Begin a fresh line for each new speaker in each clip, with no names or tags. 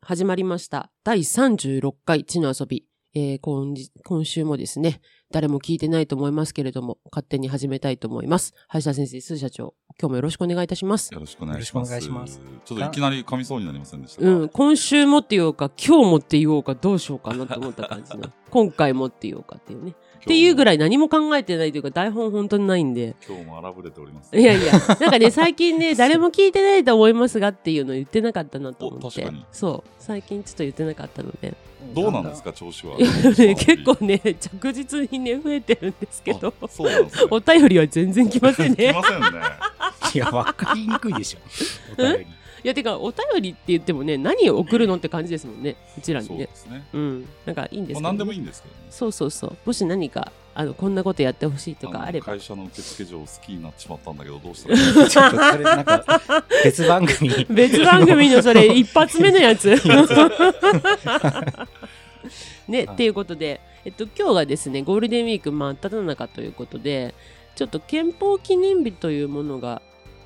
始まりました。第36回地の遊び。えー、今今週もですね、誰も聞いてないと思いますけれども、勝手に始めたいと思います。林田先生、鈴社長、今日もよろしくお願いいたします。
よろしくお願いします。
ます
ちょっといきなり噛みそうになりませんでした
うん、今週もって言おうか、今日もって言おうか、どうしようかなと思った感じ の。今回もって言おうかっていうね。っていうぐらい何も考えてないというか台本本当にないんで
今日も荒ぶれております、
ね、いやいやなんかね最近 ね誰も聞いてないと思いますがっていうの言ってなかったなと思ってそう最近ちょっと言ってなかったので
どうなんですか調子は、
ね、結構ね着実にね増えてるんですけど
そうなん です、ね、
お便りは全然来ませんね
来ま せんね
いや分かりにくい でしょ
お便りいやてかお便りって言ってもね何を送るのって感じですもんねうちらにね
うね
うんなんかいいんですけ
ど、ね、何でもいいんですけど、ね、
そうそうそうもし何かあのこんなことやってほしいとかあれば
会社の受付所を好きになっちまったんだけどどうしたらちょっと
それなんか別番組
別番組のそれ一発目のやつ ねっていうことでえっと今日がですねゴールデンウィーク真っ只中ということでちょっと憲法記念日というものが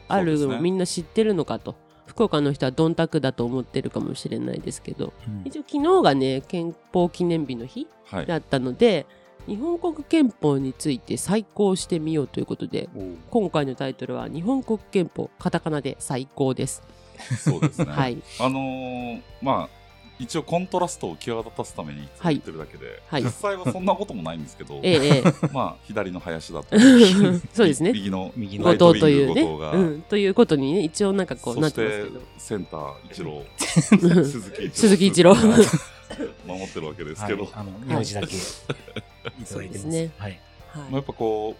あるのを、ね、みんな知ってるのかと福岡の人はどんたくだと思ってるかもしれないですけど、うん、 一応昨日がね憲法記念日の日だったので、はい、日本国憲法について再考してみようということで今回のタイトルは「日本国憲法カタカナで最高」です。
そうですね、
はい、
あのー、まあ一応コントラストを際立たすために言ってるだけで、はい、実際はそんなこともないんですけど、
ええ、
まあ左の林だと
そうですね
右の右
の後藤というね、、
うん
ということにね一応なんかこう
なってますけどセンター一郎鈴
木一郎
守ってるわけですけど、はい、
あの名字だけそうですね、はい、
まあ、やっぱこ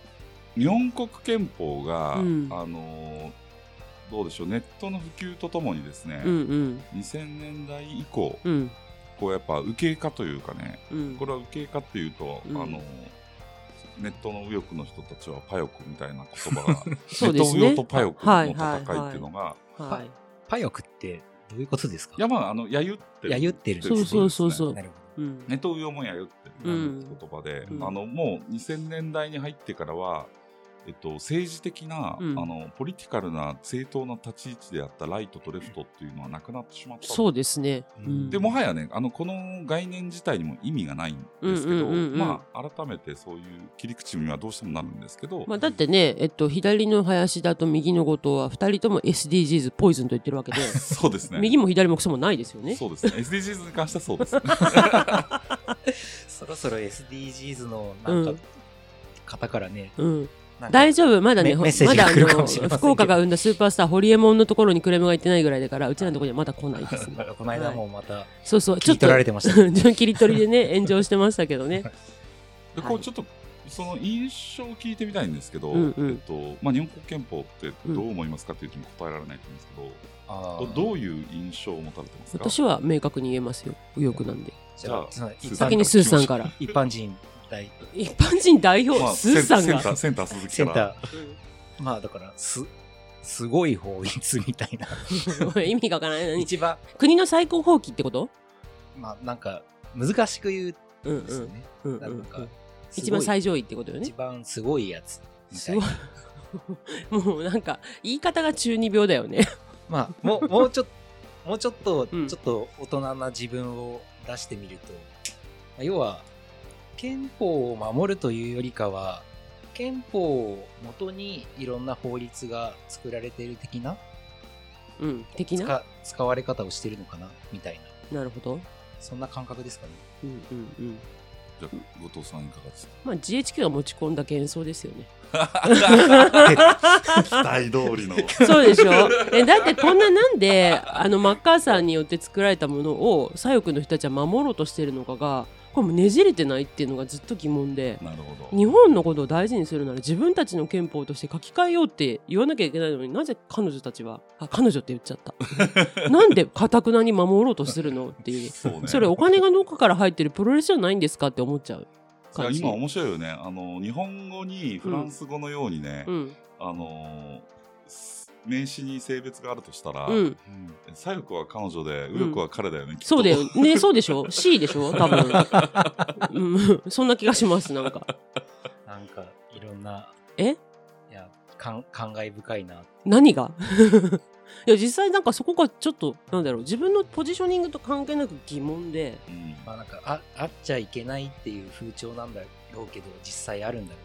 う日本国憲法が、うん、あのーどうでしょうネットの普及とともにですね、
うん
うん、2000年代以降、
うん、
こうやっぱ右傾化というかね、
うん、
これは右傾化っていうと、うん、あのネットの右翼の人たちはパヨクみたいな言葉が ね、ネット右翼とパヨクの戦いっていうのが、
はいはいはい、パヨクってどういうことですか
いやまああのやゆって
やゆってる
そうそうそうそう、ね、
ネット右翼もやゆってる言葉で、あのもう2000年代に入ってからはえっと、政治的な、うん、あのポリティカルな正当な立ち位置であったライトとレフトっていうのはなくなってしまった
そうですね、
うん、でもはやねあのこの概念自体にも意味がないんですけど、うんうんうんうん、まあ、改めてそういう切り口にはどうしてもなるんですけど、
まあ、だってね、えっと、左の林田と右の後藤は2人とも SDGs ポイズンと言ってるわけで
そうですね
右も左もクソもないですよね
そうですね SDGs に関してはそうですね
そろそろ SDGs のなんか、うん、方からね、
うん大丈夫まだねまだあの福岡が生んだスーパースターホリエモンのところにクレームが行ってないぐらいだからうちらのところにはまだ来ないです、 ね、
この間もまた、はい、
そう そう
ちょっと
切り取りでね炎上してましたけどね
でこうちょっとその印象を聞いてみたいんですけど、うんうん、えっとまあ、日本国憲法ってどう思いますかっていうと答えられないと思うんですけど、どういう印象を持たれてますか
私は明確に言えますよ右翼なんで
じゃあ
先にスーさんから
一般人
一般人代表、まあ、スーさん
がセンター鈴木
センター、うん、まあだからすすごい法律みたい な
意味がわからない
一番
国の最高法規ってこと
まあなんか難しく言うんですよね、
うんうん、一番最上位ってことよね
一番すごいやつ
すごいもうなんか言い 方が中二病だよね
まあもうもうちょっともうちょっと、ちょっと大人な自分を出してみると、まあ、要は憲法を守るというよりかは憲法をもとにいろんな法律が作られている的な,、
うん、的な
使われ方をしているのかなみたい
ななるほど
そんな感覚ですかね
うんうんうん
じゃあ後藤さんいかがですか、
まあ、GHQ が持ち込んだ幻想ですよ ね
期待通りの
そうでしょえだってこんななんであのマッカーサーによって作られたものを左翼の人たちは守ろうとしているのかがこれもねじれてないっていうのがずっと疑問で
なるほ
ど日本のことを大事にするなら自分たちの憲法として書き換えようって言わなきゃいけないのになぜ彼女たちはあ彼女って言っちゃった なんでかたくなに守ろうとするのっていう
ね、
それお金が農家から入ってるプロレスじゃないんですかって思っちゃう
今面白いよねあの日本語にフランス語のようにね、うんうん、あのー名詞に性別があるとしたら、
うん、
左翼は彼女で右翼は彼だよね、うん、
そうだよねそうでしょ C でしょ多分、うん、 そんな気がしますなんか
なんかいろんな
えい
や感慨深いな
何が いや実際なんかそこがちょっとなんだろう自分のポジショニングと関係なく疑問で
うん
まあなんかああっちゃいけないっていう風潮なんだろうけど実際あるんだろ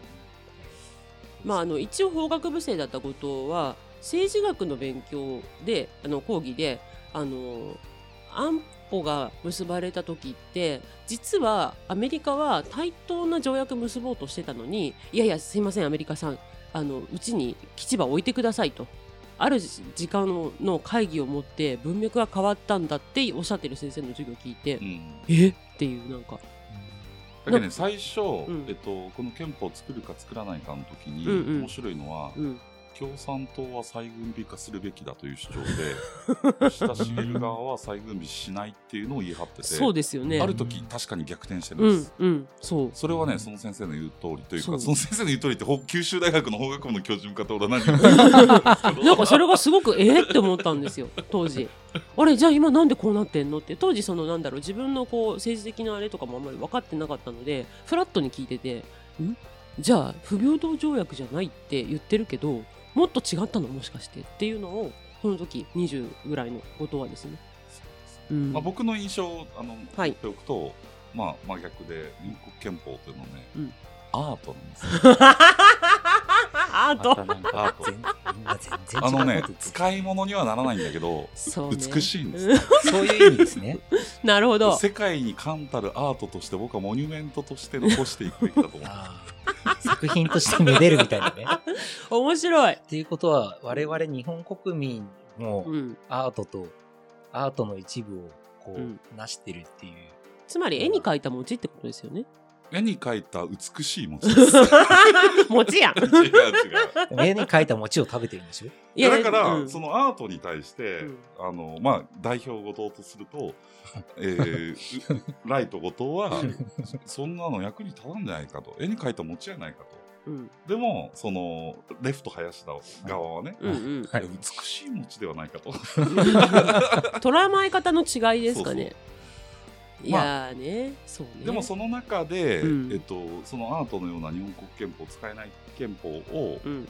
う
まあ、あの一応法学部生だったことは政治学の勉強であの講義であの安保が結ばれた時って実はアメリカは対等な条約結ぼうとしてたのにいやいやすいませんアメリカさんあのうちに基地場置いてくださいとある時間のの会議を持って文脈が変わったんだっておっしゃってる先生の授業を聞いて、
うん
えっていうなんか、
だけどね最初、
ん
えっと、この憲法を作るか作らないかの時に、
うんうん
面白いのは、
うん、
共産党は再軍備化するべきだという主張 で親しげる側は再軍備しないっていうのを言い張ってて
そうですよね
ある時確かに逆転してる
うん
で
ん
す、
うん そう
それはねその先生の言う通りという
そ
かそうの先生の言う通りってほ九州大学の法学部の教授向かって俺は何言ってるんですけ
な
ど
んかそれがすごくえー、って思ったんです よ当時あれじゃあ今なんでこうなってんのって当時そのなんだろう自分のこう政治的なあれとかもあんまり分かってなかったのでフラットに聞いててんじゃあ不平等条約じゃないって言ってるけどもっと違ったのもしかしてっていうのをその時20ぐらいのことはですね、うん
まあ、僕の印象をあの、
はい
言っておくと、まあ、真逆で日本国憲法というのはね、
うん
アートなんですよ
アー
な。ま
ト
たなんか全みんな全然違う
あのね
こと言ってる
使い物にはならないんだけど
そうね
美しいんです
うん
そういう意味ですね。
なるほ ど
世界に冠たるアートとして僕はモニュメントとして残していくべきだと思う
あー作品としてめでるみた いなね。っ
面白い、
ていうことは我々日本国民も
うん、
アートとアートの一部をこ
うん
うなしてるっていう。
つまり絵に描いた餅ってことですよね
絵に描いた美し い餅です違う
餅やん
違う
絵に描いた餅を食べてるんでしょ
いや
だから、
うん
そのアートに対して、
うん
あのまあ代表後藤とすると、えー うライト後藤はそんなの役に立たんじゃないかと絵に描いた餅じゃないかと
うん
でもそのレフト林田側はね、
うんうん
はい
いや美しい餅ではないかと
捉え方の違いですかね。
そう
いやーね、そうね。
でもその中で、
うん
えっと、そのアートのような日本国憲法使えない憲法を、
うん、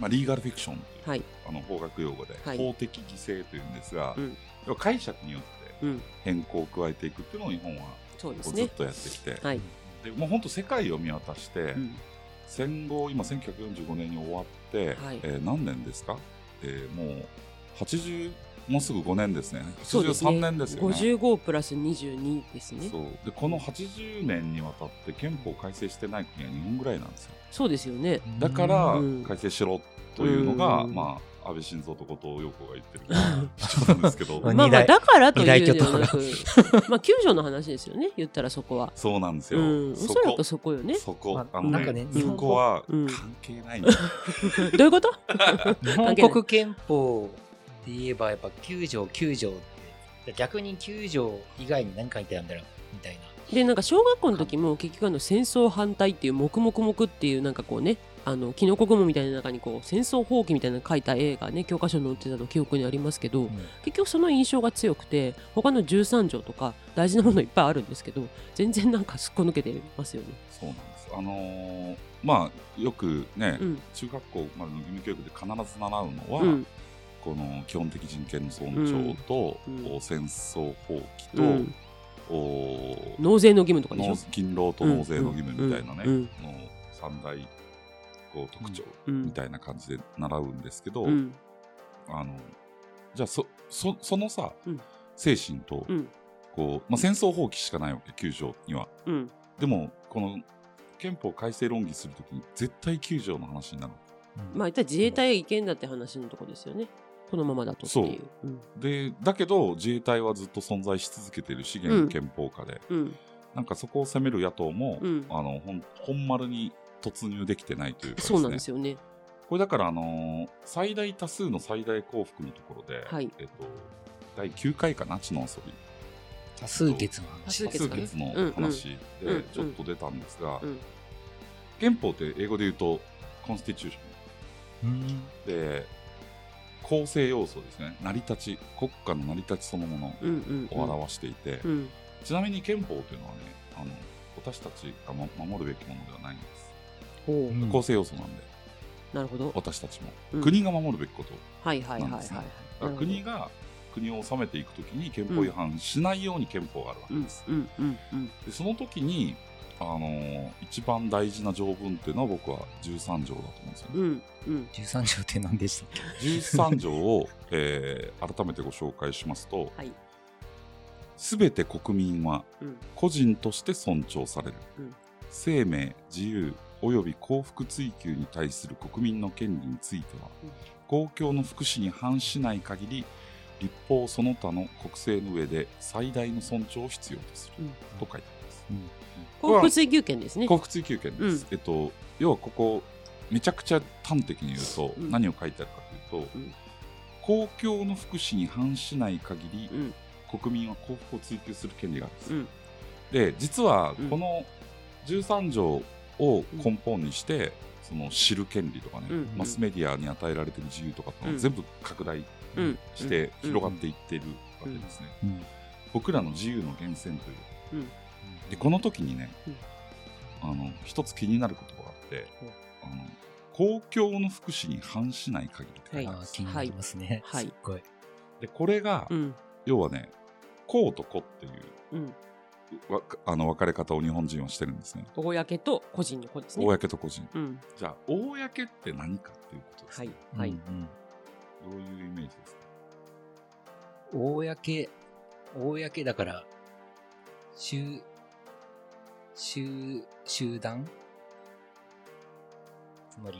まあ、リーガルフィクションという
はい、
あの法学用語で、
はい
法的犠牲というんですが、
うん
要は解釈によって
うん、
変更を加えていくっていうのを日本は
そうで
こ
す
うずっ
ね。
とやってきて、
はい、
でもう本当世界を見渡して、
うん、
戦後今1945年に終わって、
はい
えー何年ですか、えーもう80もうすぐ5年ですね
そうですね
83年ですよね。
55プラス22ですね。
そうでこの80年にわたって憲法を改正してない国は日本ぐらいなんですよ
そうですよね。
だから
うん
改正しろというのが、
うん
まあ、安倍晋三と後藤陽子が言ってる主張なんですけど
二大
まあまあだからというのではなく
二、
まあ九条の話ですよね。言ったらそこは、
そうなんです
う
よ、
ん、お
そ
そら
こ
くそこよね。
そこ、
まあ
あの
なんかね日
そ
本
こは
うん
関係ないんですよ、
どういうこと？
日本国憲法で言えばやっぱ9条9条って逆に9条以外に何書いてあるんだろうみたいな
でなんか小学校の時も結局あの戦争反対っていう黙々黙っていうなんかこうねあのキノコ雲みたいな中にこう戦争放棄みたいなの書いた映画ね教科書に載ってたの記憶にありますけど、
ん
結局その印象が強くて他の13条とか大事なものいっぱいあるんですけど全然なんかすっこ抜けてますよね。
そうなんですあのーまあよくね、
うん
中学校までの義務教育で必ず習うのは、
うん
この基本的人権の尊重と、
うん
お戦争放棄
う
と、
ん、
お
納税の義務とかでしょ
納勤労と納税の義務みたいなね、
うんうん
の三大こう特徴
う
み
ん
たいな感じで習うんですけど、
うん
あのじゃあそそそのさ、
うん
精神と、
うん
こうまあ、戦争放棄しかないわけ9条には。
うん
でもこの憲法改正論議するときに絶対9条の話になる。
まあ一体自衛隊が違憲だって話のとこですよねこのままだとっていう。うん
でだけど自衛隊はずっと存在し続けてる資源憲法下で、
うん
なんかそこを責める野党も、
うん
あのほん本丸に突入できてないというかです
そうなん
ね
で。すよね。
これだから、あのー最大多数の最大幸福のところで、
はい
えっと、第9回かな、知の遊び、
多数決の
多
話
数
多
決
数
かね
決の話
うんうん
でちょっと出たんですが、
うん
憲法って英語で言うと、コンスティチューシ
うん
ョンで、構成要素ですね、成り立ち、国家の成り立ちそのも
うんうん
のを表していて、
うんうん
ちなみに憲法というのはね、あの私たちが、ま、守るべきものではないんです。
ほう
構成要素なんで、
なるほど。
私たちも、
うん
国が守るべきこと
はいはいはい
なん
は
で
い
すね
はい。
だから国が国を治めていくときに憲法違反しないように憲法があるわけです。
うんうんうん
でその時に、あのー一番大事な条文っていうのは僕は13条だと思うんですよね。
うんうん
13条って何でしたっけ
13条を、 えー改めてご紹介しますと
はい
すべて国民は
うん
個人として尊重される、
うん
生命自由及び幸福追求に対する国民の権利については、
うん
公共の福祉に反しない限り立法その他の国政の上で最大の尊重を必要とする、
うん
と書いてあります。
幸福追求権ですね
幸福追求権です、
うん
えっと、要はここめちゃくちゃ端的に言うと、
うん
何を書いてあるかという
う
と、
ん
公共の福祉に反しない限り
う、ん
国民は幸福を追求する権利があるんです、
うん
で実は
うん
この13条を根本にして、その知る権利とかね、
うん
マスメディアに与えられてる自由とかっていうの
う
を
ん
全部拡大
うん
して
うん
広がっていってるわけですね、
うん
僕らの自由の源泉とい
う
う
ん
でこの時にね、
うん
あの一つ気になることがあって、あの公共の福祉に反しない限り
はい
で,、
あー気になりますね。
はい
すっごい。
でこれが、
うん
要はね公と子っていう
うん
わあの分かれ方を日本人はしてるんですね
公と個人の子ですね
公と個人
うん
じゃあ公って何かっていうことです
は
ね、
いはい
うん
どういうイメージですか
うん公、公だから、集、集、集団つまり、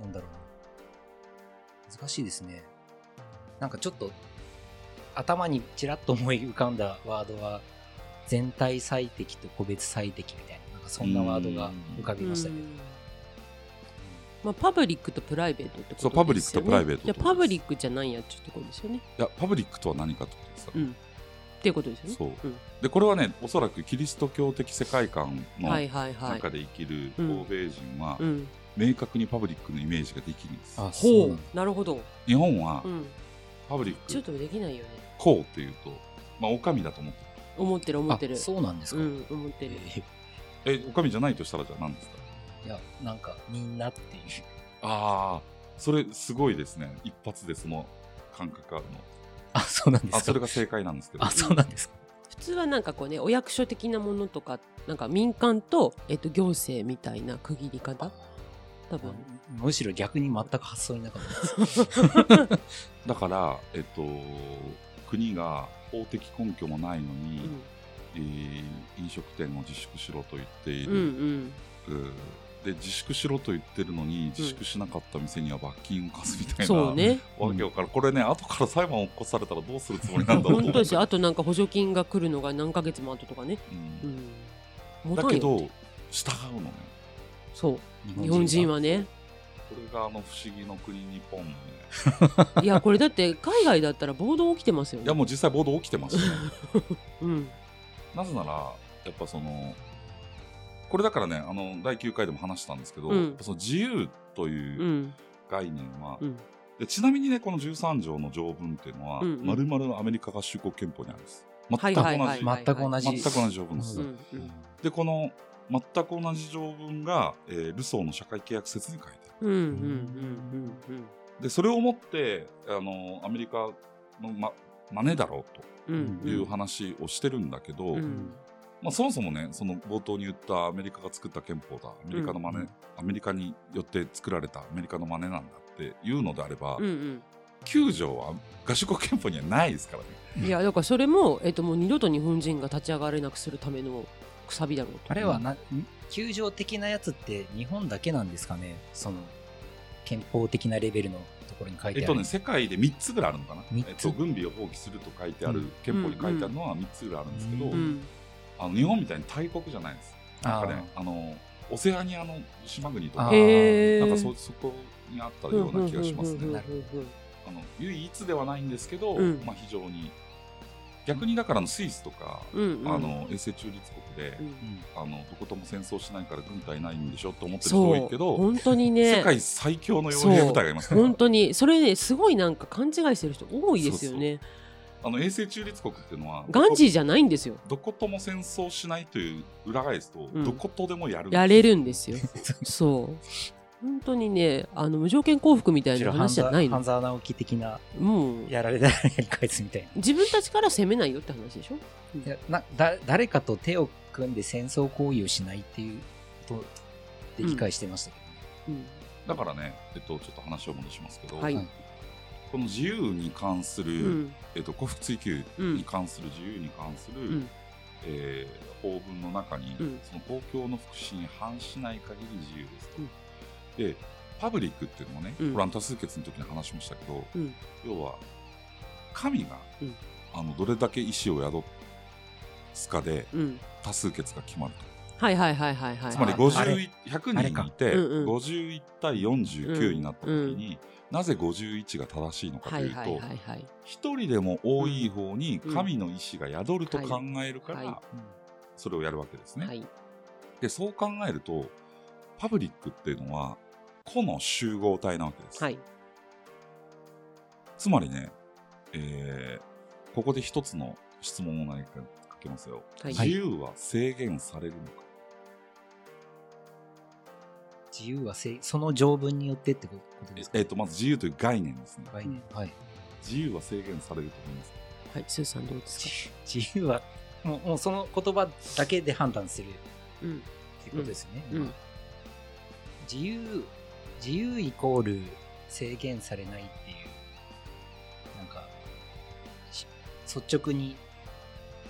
なんだろうな。難しいですね。なんかちょっと、頭にちらっと思い浮かんだワードは、全体最適と個別最適みたいな、なんかそんなワードが浮かびましたけど。
うんまあ、パブリックとプライベートってことですよね
そうパブリックとプライベート
いやパブリックじゃないやっちゅうところですよね
いやパブリックとは何かってことですか、
うんっていうことですよね
そう、
うん
でこれはねおそらくキリスト教的世界観の
はいはいはい
中で生きる
うん
欧米人は
うん
明確にパブリックのイメージができるんです、
あ、そう
ほ
なんだ。
うなるほど
日本は
うん
パブリ
ちょ
ッ
っ
ク
とできないよね
公っていうとまあお上だと思って
思ってる思ってる
あそうなんです
う
か。
ん思ってる
え
るえお上じゃないとしたらじゃあ何ですか
ーいや、なんか、みんなっていう。
ああそれすごいですね一発でその感覚あるの
あ、そうなんで
あ
す
それ
か。
が正解なんですけど
あ、そうなんですか。
普通はなんかこうねお役所的なものとかなんか民間と、えっと、行政みたいな区切り方多分
むしろ逆に全く発想になかったです。
だから、えっと、国が法的根拠もないのに、えー飲食店を自粛しろと言ってい
うんう
る、
ん
うんで自粛しろと言ってるのに自粛しなかった店には罰金を課すみた
うん
いな、
そうね
わけわからんこれね後から裁判を起こされたらどうするつもりなんだろうと思
本当
って
ですよあとなんか補助金が来るのが何ヶ月も後とかね、
うん
うん、持た
だ
んよ
けど従うのね
そう
は
日本人はね
これがあの不思議の国日本の ね
いやこれだって海外だったら暴動起きてますよね
いやもう実際暴動起きてますね
うん
なぜなら、やっぱその、これだからね、あの、第9回でも話したんですけど、
うん
やっぱその自由と
う
いうん概念は、
うん
でちなみにね、この13条の条文っていうのは、
うんうん
まるまるアメリカ合衆国憲法にあるんです。全く
は
同
い
じ、
はいはい
全く同じ。
全く同じ条文です。
う
うん
うん
で、この全く同じ条文が、えールソーの社会契約説に書いてあ
うんうんうんうん
る。で、それをもって、あの、アメリカの、ま、真似だろう
うんうん
という話をしてるんだけど、
うん
まあ、そもそもねその冒頭に言ったアメリカが作った憲法だアメリカの真似、
うん
アメリカによって作られたアメリカの真似なんだっていうのであれば、
うん
9条は合衆国憲法にはないですからね
うんいやだからそれも,、えっと、もう二度と日本人が立ち上がれなくするためのくさびだろうと
あれはな、球場的なやつって日本だけなんですかねその、憲法的なレベルのところに書
え
い
って
あ
と
る。
ね世界で3つぐらいあるのかな、え
三つ
っと、軍備を放棄すると書いてある、
うん
憲法に書いてあるのは3つぐらいあるんですけど、
うん
うん
あの日本みたいに大国じゃないですなんかね
あ
あのオセアニアの島国とか
あー
へえ
なんかそそこにあったような気がしますね。
うんうんうんうん
あの唯一ではないんですけど、
うん
まあ、非常に逆にだからあのスイスとか、
うんうん
あの衛星中立国で、
うん
うん
あのどことも戦争しないから軍隊ないんでしょって思ってる人
そ
多いけ
う
ど、
本当に
世
ね
界最強の傭兵部隊がいますから
本当にそれねすごいなんか勘違いしてる人多いですよね
あの衛星中立国っていうのは
ガンジー
どこ
じゃないんですよ
どことも戦争しないという裏返すと、
うん
どことでもやる
やれるんですよそう本当にねあの無条件幸福みたいな話じゃないの
半沢直樹的な
もう
やられたらやり返すみたいな
自分たちから責めないよって話でしょ、うん
いやなだ誰かと手を組んで戦争行為をしないっていうことで理解してましたけ
うん
だからね、えっと、ちょっと話を戻しますけど、
はい、
はい
この自由に関する、
うん
えっと、幸福追求に関する自由に関する、
うん
えー法文の中に、
うん
その公共の福祉に反しない限り自由ですと。
うん
でパブリックっていうのもね、
うん
これあの多数決の時に話しましたけど、
うん
要は神が、
うん
あのどれだけ意志を宿すかで
うん
多数決が決まると。
はいはいはいはいはい
つまり
あ
50
あれ
い100人いて、
うんうん
51対49になった時に、なぜ51が正しいのかと
はいいう
と、
はいはいはい
一人でも多い方に
うん
神の意志が宿ると考えるから、
はいは
それをやるわけですね。
はい
でそう考えるとパブリックっていうのは個の集合体なわけです。
はい
つまりね、えーここで一つの質問を投げかけますよ。
はい
自由は制限されるのか、
自由はせいその条文によってってことですか
えっとまず自由という概念ですね。
概念はい
自由は制限されると思いますか
はいスーさんどうですか
自自由はもうもうその言葉だけで判断する
うん
ってことですよね、
うん
まあ自由自由イコール制限されないっていうなんかし率直に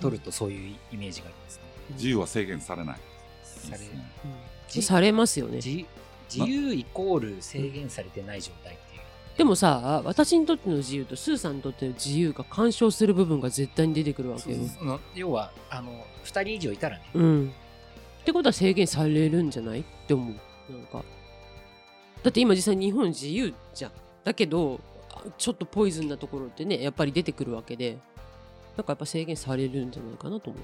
取るとそういうイメージがありますね、
自由は制限されない。いいで
され
すね。
うんされますよね
自自由イコール制限されてない状態っていう、
でもさ私にとっての自由とスーさんにとっての自由が干渉する部分が絶対に出てくるわけよ
そその要はあの2人以上いたらね、
うん。ってことは制限されるんじゃないって思う。なんか。だって今実際日本自由じゃん。だけど、あちょっとポイズンなところってね、やっぱり出てくるわけで、なんかやっぱ制限されるんじゃないかなと思う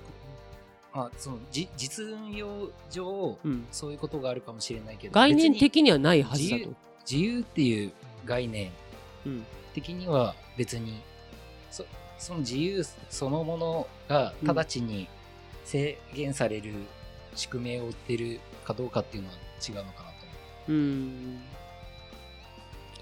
あ、そのじ実運用上
けどね、うん。
そういうことがあるかもしれないけど
概念
別に
的にはないはずだと。
自由っていう概念
うん。
的には別にそその自由そのものが
うん
直ちに制限される宿命を負ってるかどうかっていうのは違うのかなと思
うん。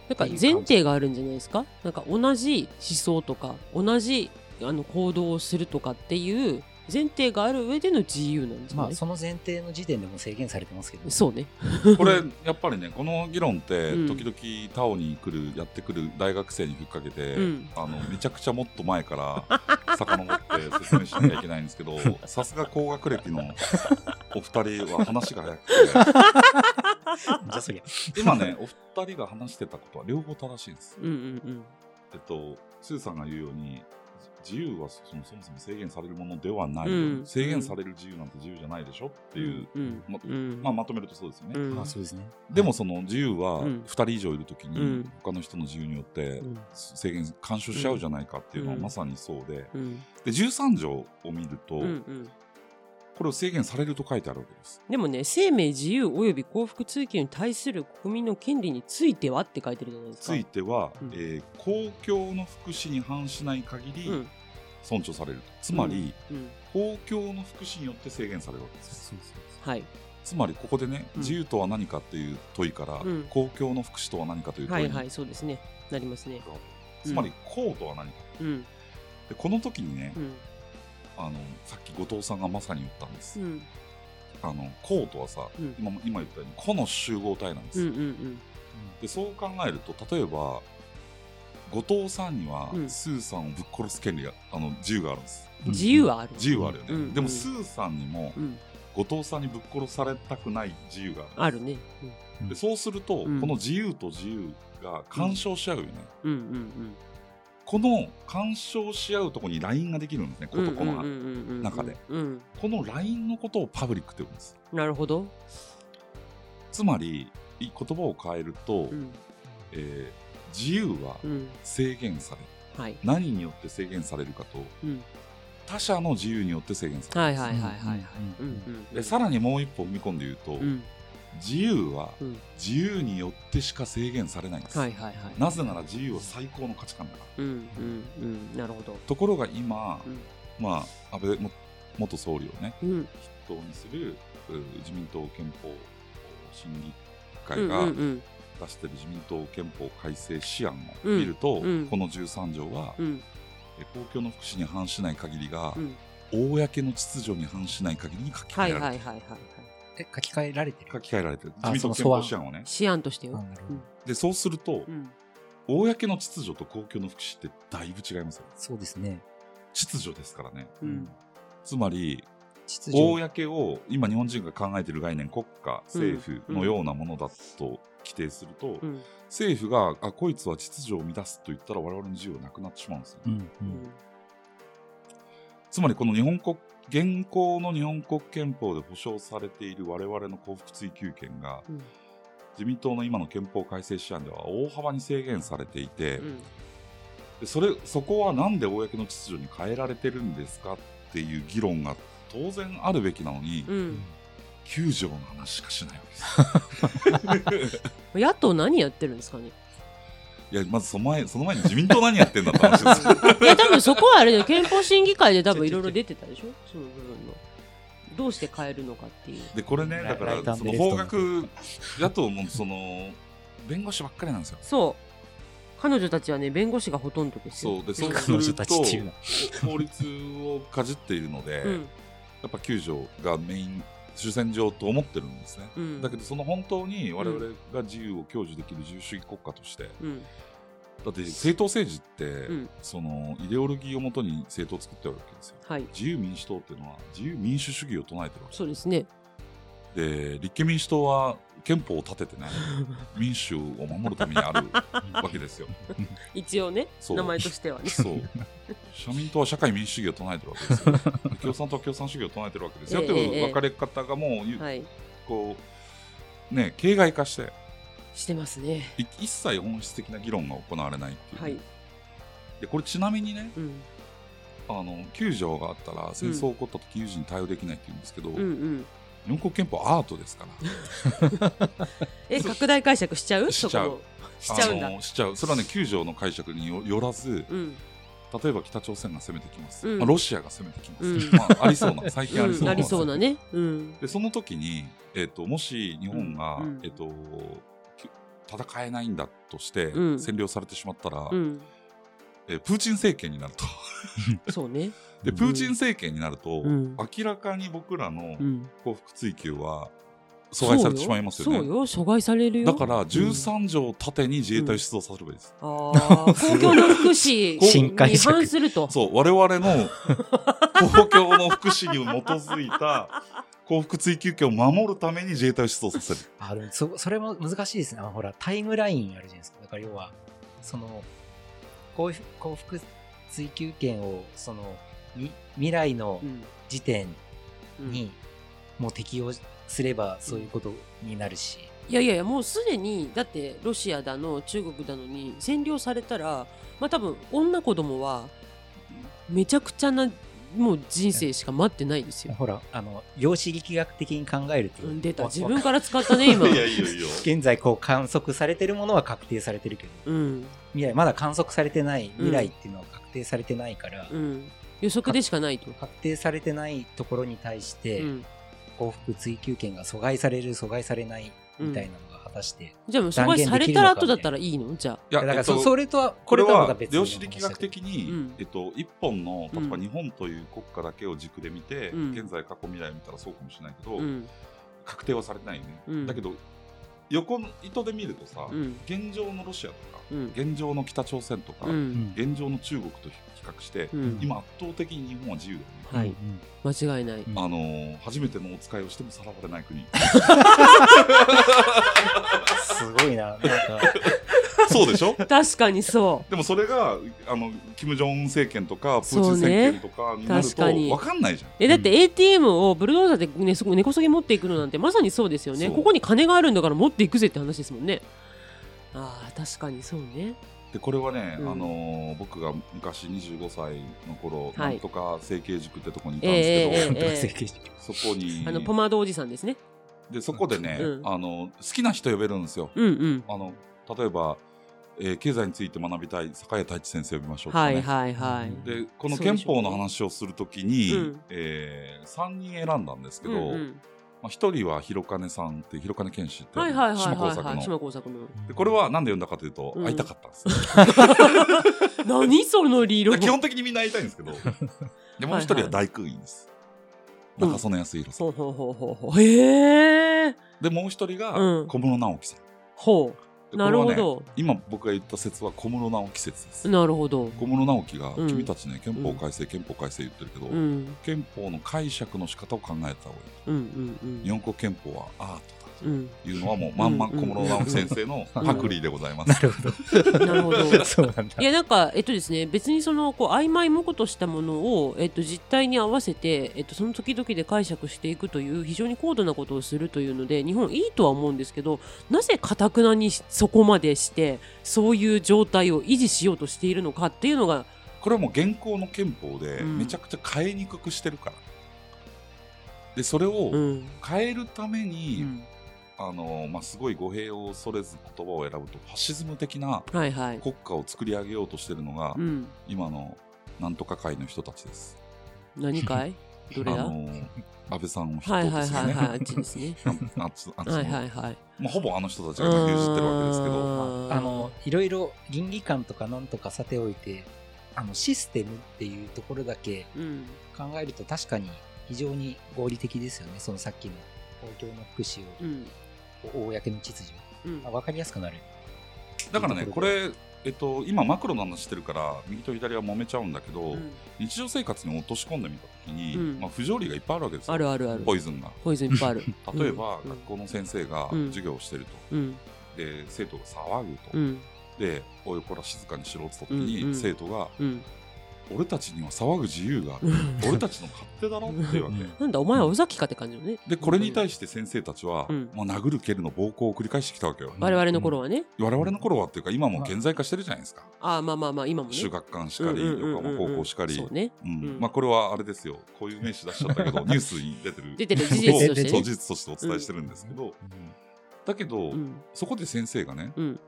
なんか前提があるんじゃないですかなんか同じ思想とか、同じあの行動をするとかっていう前提がある上での自由なんじ
う、
ゃな
ま
い、
あその前提の時点でもう制限されてますけど
そうね。
これやっぱりねこの議論って
うん
時々タオに来るやってくる大学生にふっかけて、
うん
あのめちゃくちゃもっと前から遡って説明しなきゃいけないんです けどさすが高学歴のお二人は話が早く
じゃあそり ゃ
て今ねお二人が話してたことは両方正しいんです。
うんうんうん。
えっとスーさんが言うように自由はそのそもそも制限されるものではないよ、
うん
制限される自由なんて自由じゃないでしょっていう、
うん
ま
うん
まあ、まとめるとそうですよね。
うん
あそうですね
でもその自由は
うん
2人以上いるとき
う
に
ん
他の人の自由によって
うん
制限干渉しちゃうじゃないかっていうのは
うん
まさにそうで
うん
で13条を見ると
うんうん
これを制限されると書いてあるわけです。
でもね生命自由及び幸福追求に対する国民の権利についてはって書いてるじゃないですか。
ついては、
うん
えー公共の福祉に反しない限
う
り
ん
尊重されるつまり、
うん
公共の福祉によって制限されるわけです
はい
つまりここでね、
うん
自由とは何かっていう問いから、
うん
公共の福祉とは何かという
は
問い
い
に、
はいそうですねなりますね。
つまり公とは何か
うん
でこの時にね、
うん
あのさっき後藤さんがまさに言ったんです
う、ん
あのコートはさ、
うん
今も今言ったように個の集合体なんです、
うんうん
でそう考えると例えば後藤さんには、
うん
スーさんをぶっ殺す権利があの自由があるんです
うん自由はある。
自由はあるよね、
うん
でも
うん
スーさんにも、
うん
後藤さんにぶっ殺されたくない自由があ
あ
る
るね。
でそうする
う
と、
ん
この自由と自由が干渉し合うよね、
うんうん
この干渉し合うとこにラインができるんですね、
うんうん
この
うんうんうんうん
中で
うん
このラインのことをパブリックって言うんです
なるほど。
つまりい言葉を変えると、
うん
えー自由は
うん
制限される
はい
何によって制限されるかと
うん
他者の自由によって制限される、
はいはいはいはいはい。う
うんん
うん
でさらにもう一歩踏み込んで言うと、
うん
自由は
うん
自由によってしか制限されないんです、
はいはいはい。
なぜなら自由は最高の価値観だから
うんうんうんなるほど。
ところが今、
うん
まあ、安倍も元総理をね
うん
筆頭にするう自民党憲法審議会が出してる自民党憲法改正試案を見ると、
うんうん
この13条は、
うん
え公共の福祉に反しない限りが、
うん
公の秩序に反しない限りに書き換
は
え
い
ら
はい
れてる、
はいはいはい
え、書き換えられてる
書き換えられてる
あ
自民党憲
その
法試案をね
試案として
あ
よ、
なるほど
うん
でそうすると、
うん
公の秩序と公共の福祉ってだいぶ違いますよ
そうですね。
秩序ですからね
うん
つまり
秩序。
公を今日本人が考えている概念国家政府のようなものだと規定すると、
うん
政府があこいつは秩序を乱すと言ったら我々の自由がなくなってしまうんですよ、
うんう。
うんん
つまりこの日本国現行の日本国憲法で保障されている我々の幸福追求権が
うん
自民党の今の憲法改正試案では大幅に制限されていて、
うん
でそれそこはなんで公の秩序に変えられてるんですかっていう議論が当然あるべきなのに、
うん
9条の話しかしないわけですよ
野党何やってるんですかね
いやまずその前その前に自民党何やってんだって 話ですよ
いや多分そこはあれだよ憲法審議会で多分いろいろ出てたでしょその部分のどうして変えるのかっていう
でこれね
ラ
だか
ライトア
ら
ン
そ
ドレ
の
フト
法学野党もその弁護士ばっかりなんですよ
そう彼女たちはね弁護士がほとんどですよ
そうでそうす
彼
る
女たちっていうの
と法律をかじっているので、
う
や
ん
っぱ9条がメイン主戦場と思ってるんですね、
うん
だけどその本当に我々が自由を享受できる自由主義国家として、
うん
だって政党政治って、
ん
そのイデオロギーをもとに政党を作ってるわけですよ
はい
自由民主党っていうのは自由民主主義を唱えてるわけ
そうですね
で立憲民主党は憲法を立ててね民主を守るためにあ るわけですよ
一応ね
そう
名前としては ね
そう社民党は社会民主主義を唱えてるわけですよで共産党は共産主義を唱えてるわけですよ、
ええ
とい
え
う
え
分かれ方がもうゆ、
はい
こうね形骸化して
してますね
い一切本質的な議論が行われないっていう、
はい
でこれちなみにね
うん
あの9条があったら戦争起こった時有事に対応できないって言うんですけど、
うんうん
日本国憲法アートですから
え拡大解釈しちゃう
し
そ
ちゃう
こをしちゃうんだ
あのしちゃうそれはね9条の解釈によよらず
うん
例えば北朝鮮が攻めてきます、
うん
まあ、ロシアが攻めてきます、
うん
まあ、ありそ うな最近ありそううんな、
ありそうなねうん
でその時に、えっともし日本が、
うん
えっとき戦えないんだとして
うん
占領されてしまったら、
うん
えープーチン政権になると
そうね
でプーチン政権になると、
うん
明らかに僕らの
うん
幸福追求は阻害されてしまいますよね
そうよ阻害されるよ
だから13条縦に自衛隊を出動させればいいです、
ああ、公共の福 祉
新解
に
釈
反すると。
そう我々の公共の福祉に基づいた幸福追求権を守るために自衛隊を出動させる
あでもそそれも難しいですね。あのほら、タイムラインあるじゃないですか。だから要は、その、幸福幸福追求権を、その、み未来の
うん
時点
うんい
に、もう適用すればそういうことになるし。
やいやいや、もうすでに、だってロシアだの、中国だのに占領されたら、まあ多分、女子供は、めちゃくちゃな、もう人生しか待ってないですよ。
ほら、あの、量子力学的に考えると。
うん出た。
わ
自分から使ったね、今。
いいよいいよ
現在こう観測されてるものは確定されてるけど、
うん、
未来、まだ観測されてない未来っていうのは確定されてないから、
うん。予測でしかないと。
確定されてないところに対し
う
て、
ん。
幸福追求権が阻害される阻害されないみたいなのが果たして、
じゃあ、もう阻害されたら後だったらいいのじゃあ。
いや
だか
え
ら
っ
そ,、
と
それとは
これ
とまた
は
別の
量
話
子
だけど
力学的に、
うん
えっと、一本の例えば
うん
日本という国家だけを軸で見て、
うん
現在過去未来見たらそうかもしれないけど、
うん。
確定はされてないよね、
うん
だけど横の糸で見るとさ、
うん。
現状のロシアとか
うん。
現状の北朝鮮とか、
うん。
現状の中国と比較して、
うん
今圧倒的に日本は自由だよね、
はいう間違いない。
うん
あのー初めてのお使いをしてもさらわれない国
すごい ななんか
そうでしょ
確かにそ
でもそれがあの金正恩政権とかプーチン
そう
政
ね
権とかになる
確
と、
かに
わかんないじゃん
う。え、だって ATM をブルドーザーで、ね、すごい根こそぎ持っていくのなんてまさにそうですよね。
そう
ここに金があるんだから持っていくぜって話ですもんね。ああ、確かにそうね。
でこれはね、
うん
あのー僕が昔25歳の頃、
はい
なんとか整形塾ってとこにいたん
え
で
え
すけ ど、
ええええ
そこに
あの、ポマードおじさんですね。
でそこでね、
うん
あの好きな人呼べるんですよ。
うんうん。
あの例えば、えー経済について学びたい坂井太一先生呼びましょうとか
は
ね、
いはいはい。
でこの憲法の話をすると
そ
きに、
うでしょうね
え3人選んだんですけど、
うんうん
まあ、一人は広金さんって広金健志って、
はいはいはい
島工
はい、
作
はい、
の
島工作の
でこれはなんで読んだかというと、
うん
会いたかったんです、
何その理論
基本的にみんな会いたいんです けどでもう一人は大空院です、
うん
中曽根康弘さ
ほう
ん、
ほうほうほうほうへえ
でもう一人が
うん
小室直樹さん、
ほう
で
なるほ
これはね
ど、
今僕が言った説は小室直樹説です
なるほど
小室直樹が、
うん
君たちね憲法改正憲法改正言ってるけど、
うん
憲法の解釈の仕方を考えた方がいい
うんうんうん
日本国憲法はアートだ
う
というのはもうまんま
うん
小室直樹先生のパクリでございます、
なるほ
ん、なるほど
ど。そ うなんだ
い。やなんかえっとですね別にそのこう曖昧無ことしたものを、えっと、実態に合わせて、えっと、その時々で解釈していくという非常に高度なことをするというので日本いいとは思うんですけどなぜかたくなにそこまでしてそういう状態を維持しようとしているのかっていうのが
これはもう現行の憲法で
うん
めちゃくちゃ変えにくくしてるから、でそれを
うん、
変えるため
う
に、
ん
あのまあ、すごい語弊を恐れず言葉を選ぶとファシズム的な
はいはい、
国家を作り上げようとしてるのが、
うん、
今のなんとか会の人たちです。
何か いどれだ
あの安倍さんを筆
は
頭
いはい
ですよ
はい
ね。
はいあっちですね
あっちあっちの
はいはいはい
まあ、ほぼあの人たちが今牛耳ってるわけですけ
う
ど、
ん
あの、いろいろ倫理観とかなんとかさておいて、あの、システムっていうところだけ
うん
考えると確かに非常に合理的ですよね。そのさっきの公共の福祉
う
を、
ん
公の秩序
うん
あ。わかりやすくなる。
だからね、これ、えっと、今、マクロの話してるから、右と左は揉めちゃうんだけど、
うん
日常生活に落とし込んでみたときに、
うん
まあ、不条理がいっぱいあるわけですよ、
あるあるある
ポイズンが。
ポイズンいっぱいある
例えば、
うん
学校の先生が
うん
授業をしてると、
うん
で生徒が騒ぐと、
うん
でおいこら静かにしろって時に、
うんうん
生徒が
うん
俺たちには騒ぐ自由がある、俺たちの勝手だろっていうわけ、
なんだお前は宇崎かって感じよね。
でこれに対して先生たちは、
うん
まあ、殴る蹴るの暴行を繰り返してきたわけよ、
我々の頃はね、
我々の頃はっていうか今も現在化してるじゃないですか、
ああまあまあまあ今もね。
修学館しかり、
うんうんうんうん
横浜高校しかり、
そうね。
うん
うん
まあこれはあれですよこういう名詞出しちゃったけ どニュースに出てる
出てる事実としてね
そう事実としてお伝えしてるんですけど、だけど、
うん
そこで先生がね、
うん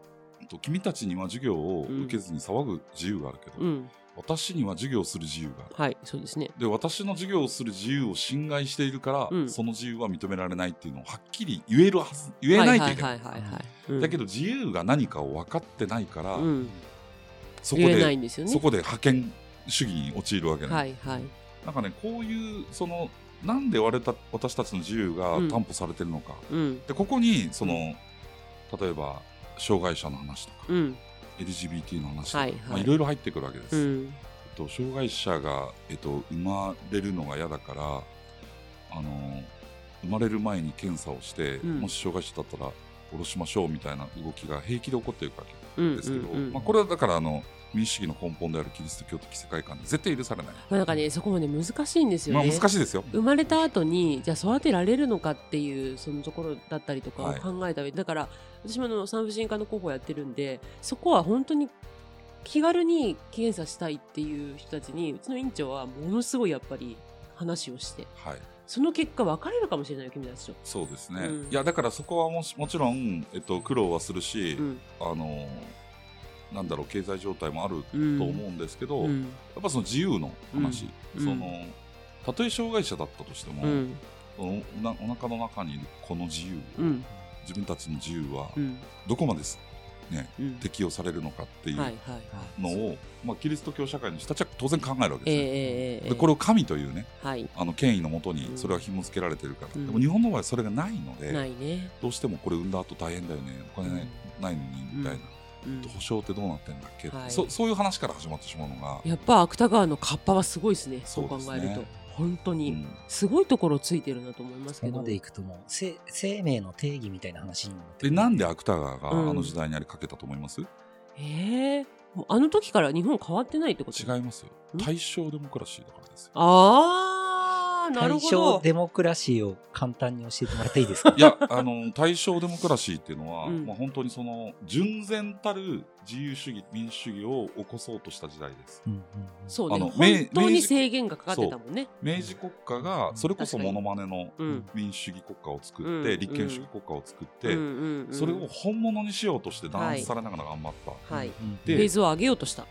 と君たちには授業を受けずに騒ぐ自由があるけど、
うん
私には授業をする自由がある
はいそうですね。
で私の授業をする自由を侵害しているから、
うん
その自由は認められないっていうのをはっきり言えるはず言えないといけな
は
い、
いはいはいはいはい。うん
だけど自由が何かを分かってないから、
うん
そこ
言え
で
ないんですよね。
そこで覇権主義に陥るわけなんです
はいはい。
なんかね、こういう、その、なんで我々た私たちの自由が
うん
担保されてるのか。
うん
で、ここに、その、例えば、障害者の話とか、
うん
LGBT の話とか、
はい
い
はい
まあ、いろいろ入ってくるわけです、
う
えっ
ん
と。障害者が、えっと、生まれるのが嫌だから、あの、生まれる前に検査をして、
うん
もし障害者だったら、下ろしましょうみたいな動きが平気で起こっているわけ
うん
ですけど、
うんうん
まあ、これはだから、あの、民主主義の根本であるキリスト教的世界観で絶対許されない。
まあなんかねそこもね難しいんですよ
まあ、
ね。
難しいですよ。
生まれた後にじゃあ育てられるのかっていうそのところだったりとかを
はい
考えた上で、だから私もあの産婦人科の候補やってるんでそこは本当に気軽に検査したいっていう人たちにうちの院長はものすごいやっぱり話をして
はい。
その結果別れるかもしれないよ君たちと。
そうですね、
うん
いやだからそこはもしもちろん、えっと、苦労はするし、
うん
あのなんだろう経済状態もある
う
と
ん
思うんですけど、
う
や
ん
っぱその自由の話、
うん
そのたとえ障害者だったとしても、
うん
そのおなお腹の中にいるこの自由を、
うん
自分たちの自由は
うん
どこまでです
うん
適用されるのかってい
はいはいうはい。
のを、まあ、キリスト教社会の人たちは当然考えるわけ
え
です
え
ね。
ええええ
でこれを神というね
はい
あの権威のもと
う
に
ん
それは紐付けられてるから、
うん
でも日本の場合はそれがないので、
ないね。
どうしてもこれ産んだ後大変だよねお金ない,、のにみたいな、
うん
保証ってどうなってんだっけ、
はい
そそういう話から始まってしまうのが、
やっぱ芥川のカッパはすごいですね。そう考
そう
え
です
る
ね
と本当
う
に。
ん
すごいところついてるなと思います
そ
け
こ
ど。
までいくともう、せ生命の定義みたいな話にもなってく
で
る
なんで芥川があ
うん
の時代にありかけたと思います、
ええもうあの時から日本変わってないってこと
違いますよ
ん
大正デモクラシーだからですよ
ああ、なる
対
ほ
象
ど。
デモクラシーを簡単に教えてもらっていいですか
いやあの大正デモクラシーっていうのは、
うん
まあ、本当にその純然たる自由主義民主主義を起こそうとした時代です
うんうん
そうね。
あの明
本当に
明治
制限がかかってたもんね。
明治国家がそれこそ
確か
モ
に
ノマネの
うん
民主主義国家を作
う
っ
んう
て、
ん
立憲主義国家を作っ
うん
て、
うんうん
それを本物にしようとして弾圧されながら頑張った、
はい。
うん
で
フェーズを上げようとした。
うん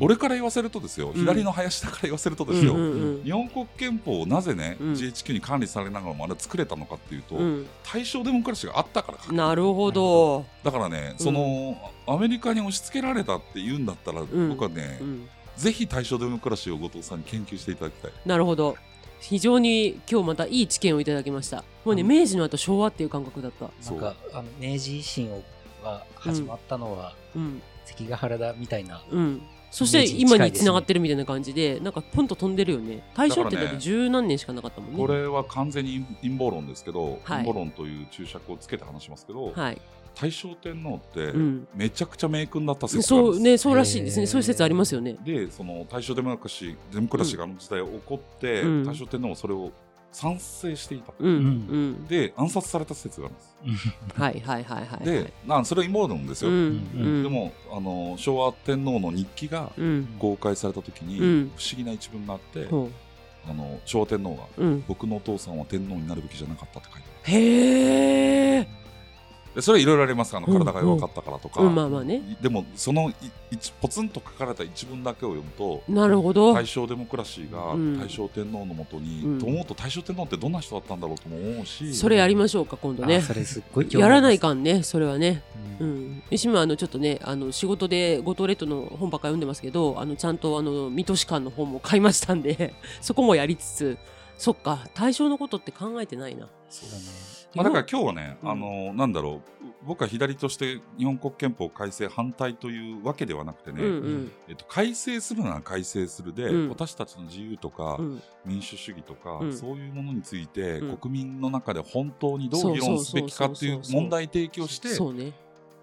俺から言わせるとですよ、
うん
左の林田から言わせるとですよ、
うんうん
日本国憲法をなぜね、
うん
GHQ に管理されながらもあれ作れたのかっていうと、
うん
大正デモクラシーがあったからか
なるほど、
だからね、そのアメリカに押し付けられたって言うんだったら、
ん
僕はね、
うん、
ぜひ大正デモクラシーを後藤さんに研究していただきたい
なるほど非常に今日またいい知見をいただきましたもうね
うん
明治の後昭和っていう感覚だった
なんかあの明治維新をが始まったのは、
うん
関ヶ原だみたいな、
うんそして今につながってるみたいな感じでなんかポンと飛んでるよね大正ってだっ
だから
て
ね
十何年しかなかったもんね
これは完全に陰謀論ですけど、
はい
陰謀論という注釈をつけて話しますけど、
はい、
大正天皇って
うん、
めちゃくちゃ名君だった説がある
そ
ん
う
で
ねそうらしいです
へ
ね
ー
そういう説ありますよね
す、でその大正デモクラシーデモクラシーがあの時代起こって、
うん
大正天皇はそれを賛成していた、
うん
う
うん
で暗殺された説があるんです、
はいはいはいはい
でなんそれは陰謀論です
う
よ、
んうん
でもあの昭和天皇の日記が
うん
公開された時に、
うん
不思議な一文があって、
ほ
あの昭和天皇が
ううん
僕のお父さんは天皇になるべきじゃなかったって書いてあ
へえ
るでそれはいろいろありますあの
うん
体が弱かったからとか、
うんまあまあね
でもそのい一ポツンと書かれた一文だけを読むと
なるほど
大正デモクラシーが
うん
大正天皇のもとに、
うん
と思うと大正天皇ってどんな人だったんだろうとも思うし
それやりましょうか今度ね
あそれすっごい興味
や
ありま
ら
す
ないかんねそれはね
う
うんん、吉村あのちょっとねあの仕事で五島列島の本ばっかり読んでますけどあのちゃんとあの水戸市館の本も買いましたんで そこもやりつつそっか対象のことって考えてないな、
そうだね
まあ、だから今日はね、
うん
あのなんだろう僕は左として日本国憲法改正反対というわけではなくてね、
うんうん
えっと、改正するなら改正するで、
うん
私たちの自由とか、
うん
民主主義とか、
うん
そういうものについて、
うん
国民の中で本当にど
そうう
議
そう
論すべきかってい
そううそうそう
問題提起をして
そ
終
うね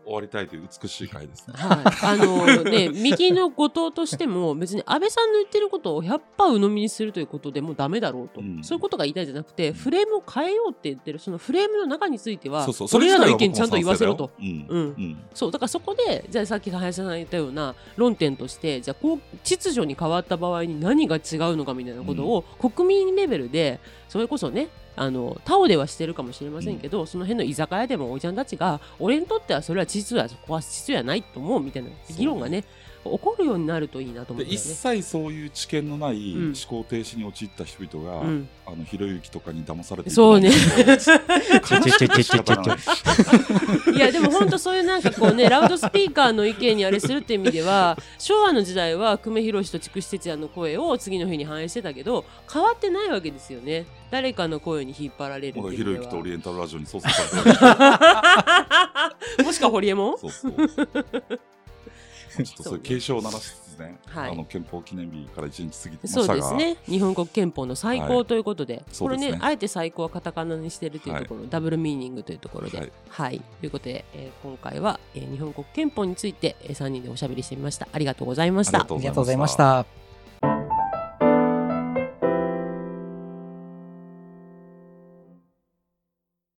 わりたいという美しい回ですね。
はい あのね右の後藤としても別に安倍さんの言ってることを100%鵜呑みにするということでもうダメだろうと、
うん
そういうことが言いたいじゃなくてフレームを変えようって言ってるそのフレームの中については
そうそう、そ
俺
れ
ら
自
の意
体は僕
見
も
ちゃんと言わせろと。
賛成だよ。
う
うんん。うん。
そうだからそこでじゃあさっき林田さんが言ったような論点としてじゃあこう秩序に変わった場合に何が違うのかみたいなことを、国民レベルでそれこそねあの他オではしてるかもしれませんけど、その辺の居酒屋でもおいちゃんたちが俺にとってはそれは秩序やそこは秩序やないと思うみたいな
そう
議論がね起こるようになるといいなと思
で
うんだ
一
よね。
切そういう知見のない
うん
思考停止に陥った人々が、
うん、
あのひろゆきとかに騙されていた
そうね
ちょちょちょちょちょちょちょ
いやでも本当そういうなんかこうねラウドスピーカーの意見にあれするっていう意味で は昭和の時代は久米宏と筑紫哲也の声を次の日に反映してたけど変わってないわけですよね誰かの声に引っ張られるって
まだ
い
ひ
う
ろ
意
ゆ
味
き
で
とオ
は
リエンタルラジオに操作され てる
もしかホリエモン
そうそうちょっとそういう警鐘を鳴らしつつね、
はい
あの憲法記念日から一日過ぎてまし
そ
たが
うですね日本国憲法の最
は
高
い
ということで、
そ
こ
う
れ
ですね
ねあえて最高はカタカナにしてるというところ、ダブルミーニングというところでは
はいい、
ということで、えー今回は、えー日本国憲法について、え3人でおしゃべりしてみましたありがとうございまし
あり
た
がと
あ
う
りがとう
ご
ご
ざ
ざ
い
い
ま
ま
し
したた